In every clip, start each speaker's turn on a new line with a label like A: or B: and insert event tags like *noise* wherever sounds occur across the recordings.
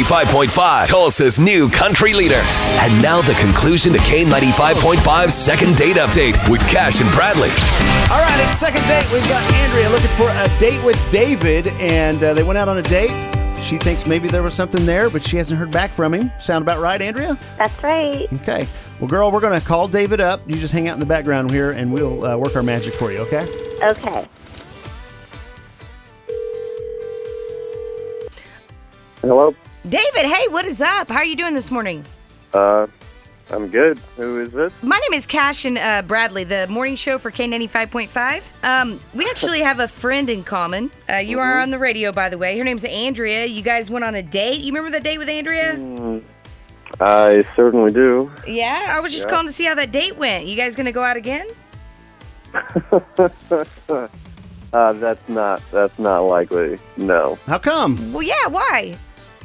A: K95.5, Tulsa's new country leader. And now the conclusion to K95.5's second date update with Cash and Bradley.
B: All right, it's second date. We've got Andrea looking for a date with David, and uh, they went out on a date. She thinks maybe there was something there, but she hasn't heard back from him. Sound about right, Andrea?
C: That's right.
B: Okay. Well, girl, we're going to call David up. You just hang out in the background here, and we'll uh, work our magic for you, okay?
C: Okay.
D: Hello.
E: David, hey, what is up? How are you doing this morning?
D: Uh, I'm good. Who is this?
E: My name is Cash and uh, Bradley, the morning show for K95.5. Um, we actually have a friend in common. Uh, you are on the radio, by the way. Her name's Andrea. You guys went on a date. You remember that date with Andrea?
D: I certainly do.
E: Yeah, I was just calling to see how that date went. You guys going to go out again?
D: Uh, that's not that's not likely. No.
B: How come?
E: Well, yeah, why?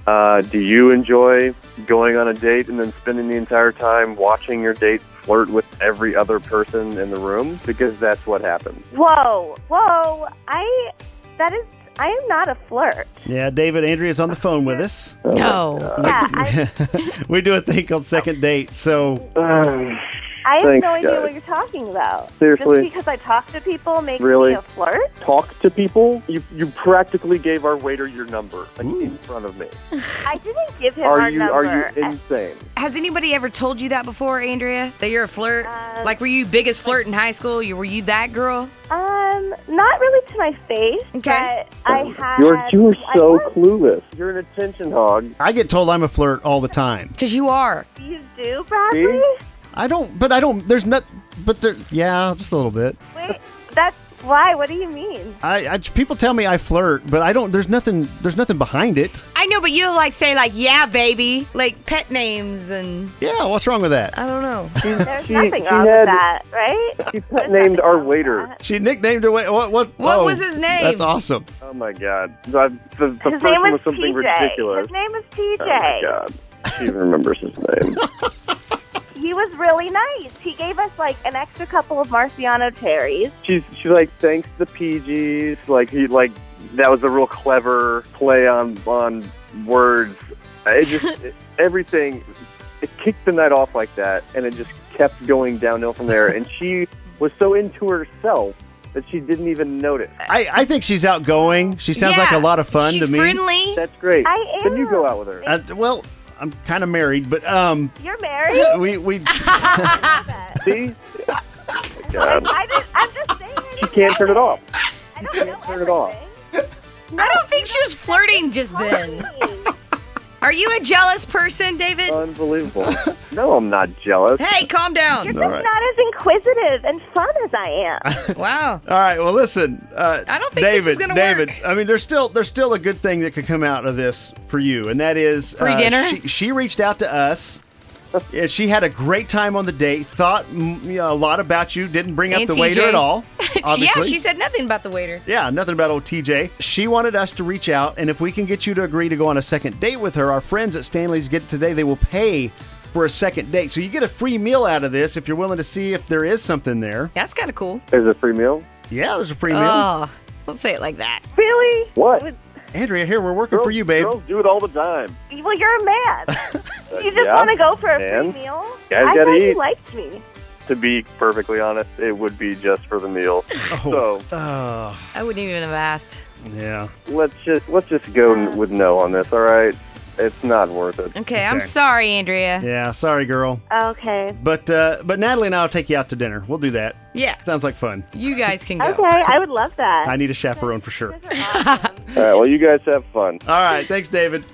D: Uh, do you enjoy going on a date and then spending the entire time watching your date flirt with every other person in the room? Because that's what happens.
C: Whoa, whoa. I, that is, I am not a flirt.
B: Yeah, David, Andrea's on the phone with us. *laughs*
D: Uh,
E: No.
D: *laughs*
C: Yeah, I,
B: we do a thing called second date. So,
D: Uh,
C: I have
D: Thanks,
C: no idea
D: guys.
C: what you're talking about.
D: Seriously?
C: Just because I talk to people makes
D: Really?
C: me a flirt?
D: Talk to people. You you practically gave our waiter your number like, in front of me.
C: I didn't give him
D: Are
C: our
D: you
C: number.
D: are you insane?
E: Has anybody ever told you that before, Andrea? That you're a flirt?
C: Um,
E: like, were you biggest flirt in high school? You Were you that girl?
C: um, not really to my face,
E: Okay.
C: but I had.
D: You're you're
C: Uh, I
D: so
C: was-
D: clueless. You're an attention hog.
B: I get told I'm a flirt all the time.
E: Because you are.
C: You do, Bradley?
D: See?
B: I don't, but I don't, there's not, but there, yeah, just a little bit.
C: Wait, that's why? What do you mean?
B: I, I people tell me I flirt, but I don't, there's nothing, there's nothing behind it.
E: I know, but you like say like yeah, baby, like pet names and
B: Yeah, what's wrong with that?
E: I don't know.
C: There's
D: She-
C: nothing
D: she
C: wrong with
D: had-
C: that, right?
D: She pet named our waiter.
B: She nicknamed her way. What? What,
E: What
B: whoa,
E: was his name?
B: That's awesome.
D: Oh my god. The, the, the
C: His
D: first
C: name
D: one
C: was,
D: was something
C: TJ.
D: ridiculous.
C: His name was TJ.
D: Oh my god. She even remembers his
C: *laughs*
D: name.
C: He was really nice. He gave us like an extra couple of Marciano cherries.
D: she's she's like thanks the PGs. Like he like that was a real clever play on on words. It just it-
C: *laughs*
D: everything it kicked the night off like that, and it just kept going downhill from there. And she was so into herself that she didn't even notice.
B: I, I think she's outgoing. She sounds
E: Yeah,
B: like a lot of fun
E: she's
B: to me.
E: Friendly.
D: That's great.
C: I am.
D: Then you go out
C: *laughs*
D: with her.
B: Uh, well, I'm kind of married, but um,
C: You're
D: *laughs*
C: married.
B: we
E: *laughs*
B: we
D: See, God.
C: I didn't, I'm just saying. I
D: she
C: didn't
D: can't turn it
C: know
D: off.
C: I don't
D: can't
C: know
D: turn it off.
C: everything.
E: I don't think she was flirting just then. Are you a jealous person,
B: *laughs*
E: David?
D: Unbelievable. No, I'm not jealous.
E: hey, calm
C: You're
E: down.
C: just not as inquisitive and fun as I am.
D: *laughs*
E: wow. *laughs*
B: All right. Well, listen. Uh,
E: I don't think
B: David.
E: this is gonna
B: David.
E: work.
B: I mean, there's still there's still a good thing that could come out of this for you, and that is
E: Free
B: uh,
E: dinner?
B: She, she reached out to us. Yeah, she had a great time on the date. Thought mm, you know, a lot about you. Didn't bring up
E: And
B: the waiter
E: TJ.
B: at all.
E: *laughs* yeah,
B: Obviously.
E: she said nothing about the waiter.
B: Yeah, nothing about old TJ. She wanted us to reach out, and if we can get you to agree to go on a second date with her, our friends at Stanley's Get It Today, they will pay for a second date. So you get a free meal out of this if you're willing to see if there is something there.
E: That's kind of cool.
D: There's a free meal.
B: Yeah, there's a free meal.
E: Oh, we'll say it like that.
C: Really?
D: What?
C: It
B: Andrea, here, we're working for
D: Girls-
B: you, babe.
D: Girls do it all the time.
C: was- Well, you're a
D: *laughs*
C: man. You just
D: yeah,
C: want to go for a
D: man.
C: free meal?
D: Guys
C: I
D: gotta
C: thought
D: eat.
C: you liked me.
D: To be perfectly honest, it would be just for the meal.
B: *laughs* Oh,
D: So
B: oh,
E: I wouldn't even have asked.
B: yeah.
D: let's just let's just go n- with no on this. All right, it's not worth it.
E: Okay, I'm
B: Okay.
E: sorry, Andrea.
B: Yeah, sorry, girl.
C: Okay.
B: But uh, but Natalie and I will take you out to dinner. We'll do that.
E: Yeah,
B: Sounds like fun.
E: you guys can go.
C: Okay, I would love that.
B: I need a chaperone for sure.
D: All right, well, you guys have fun.
B: All right, thanks, David.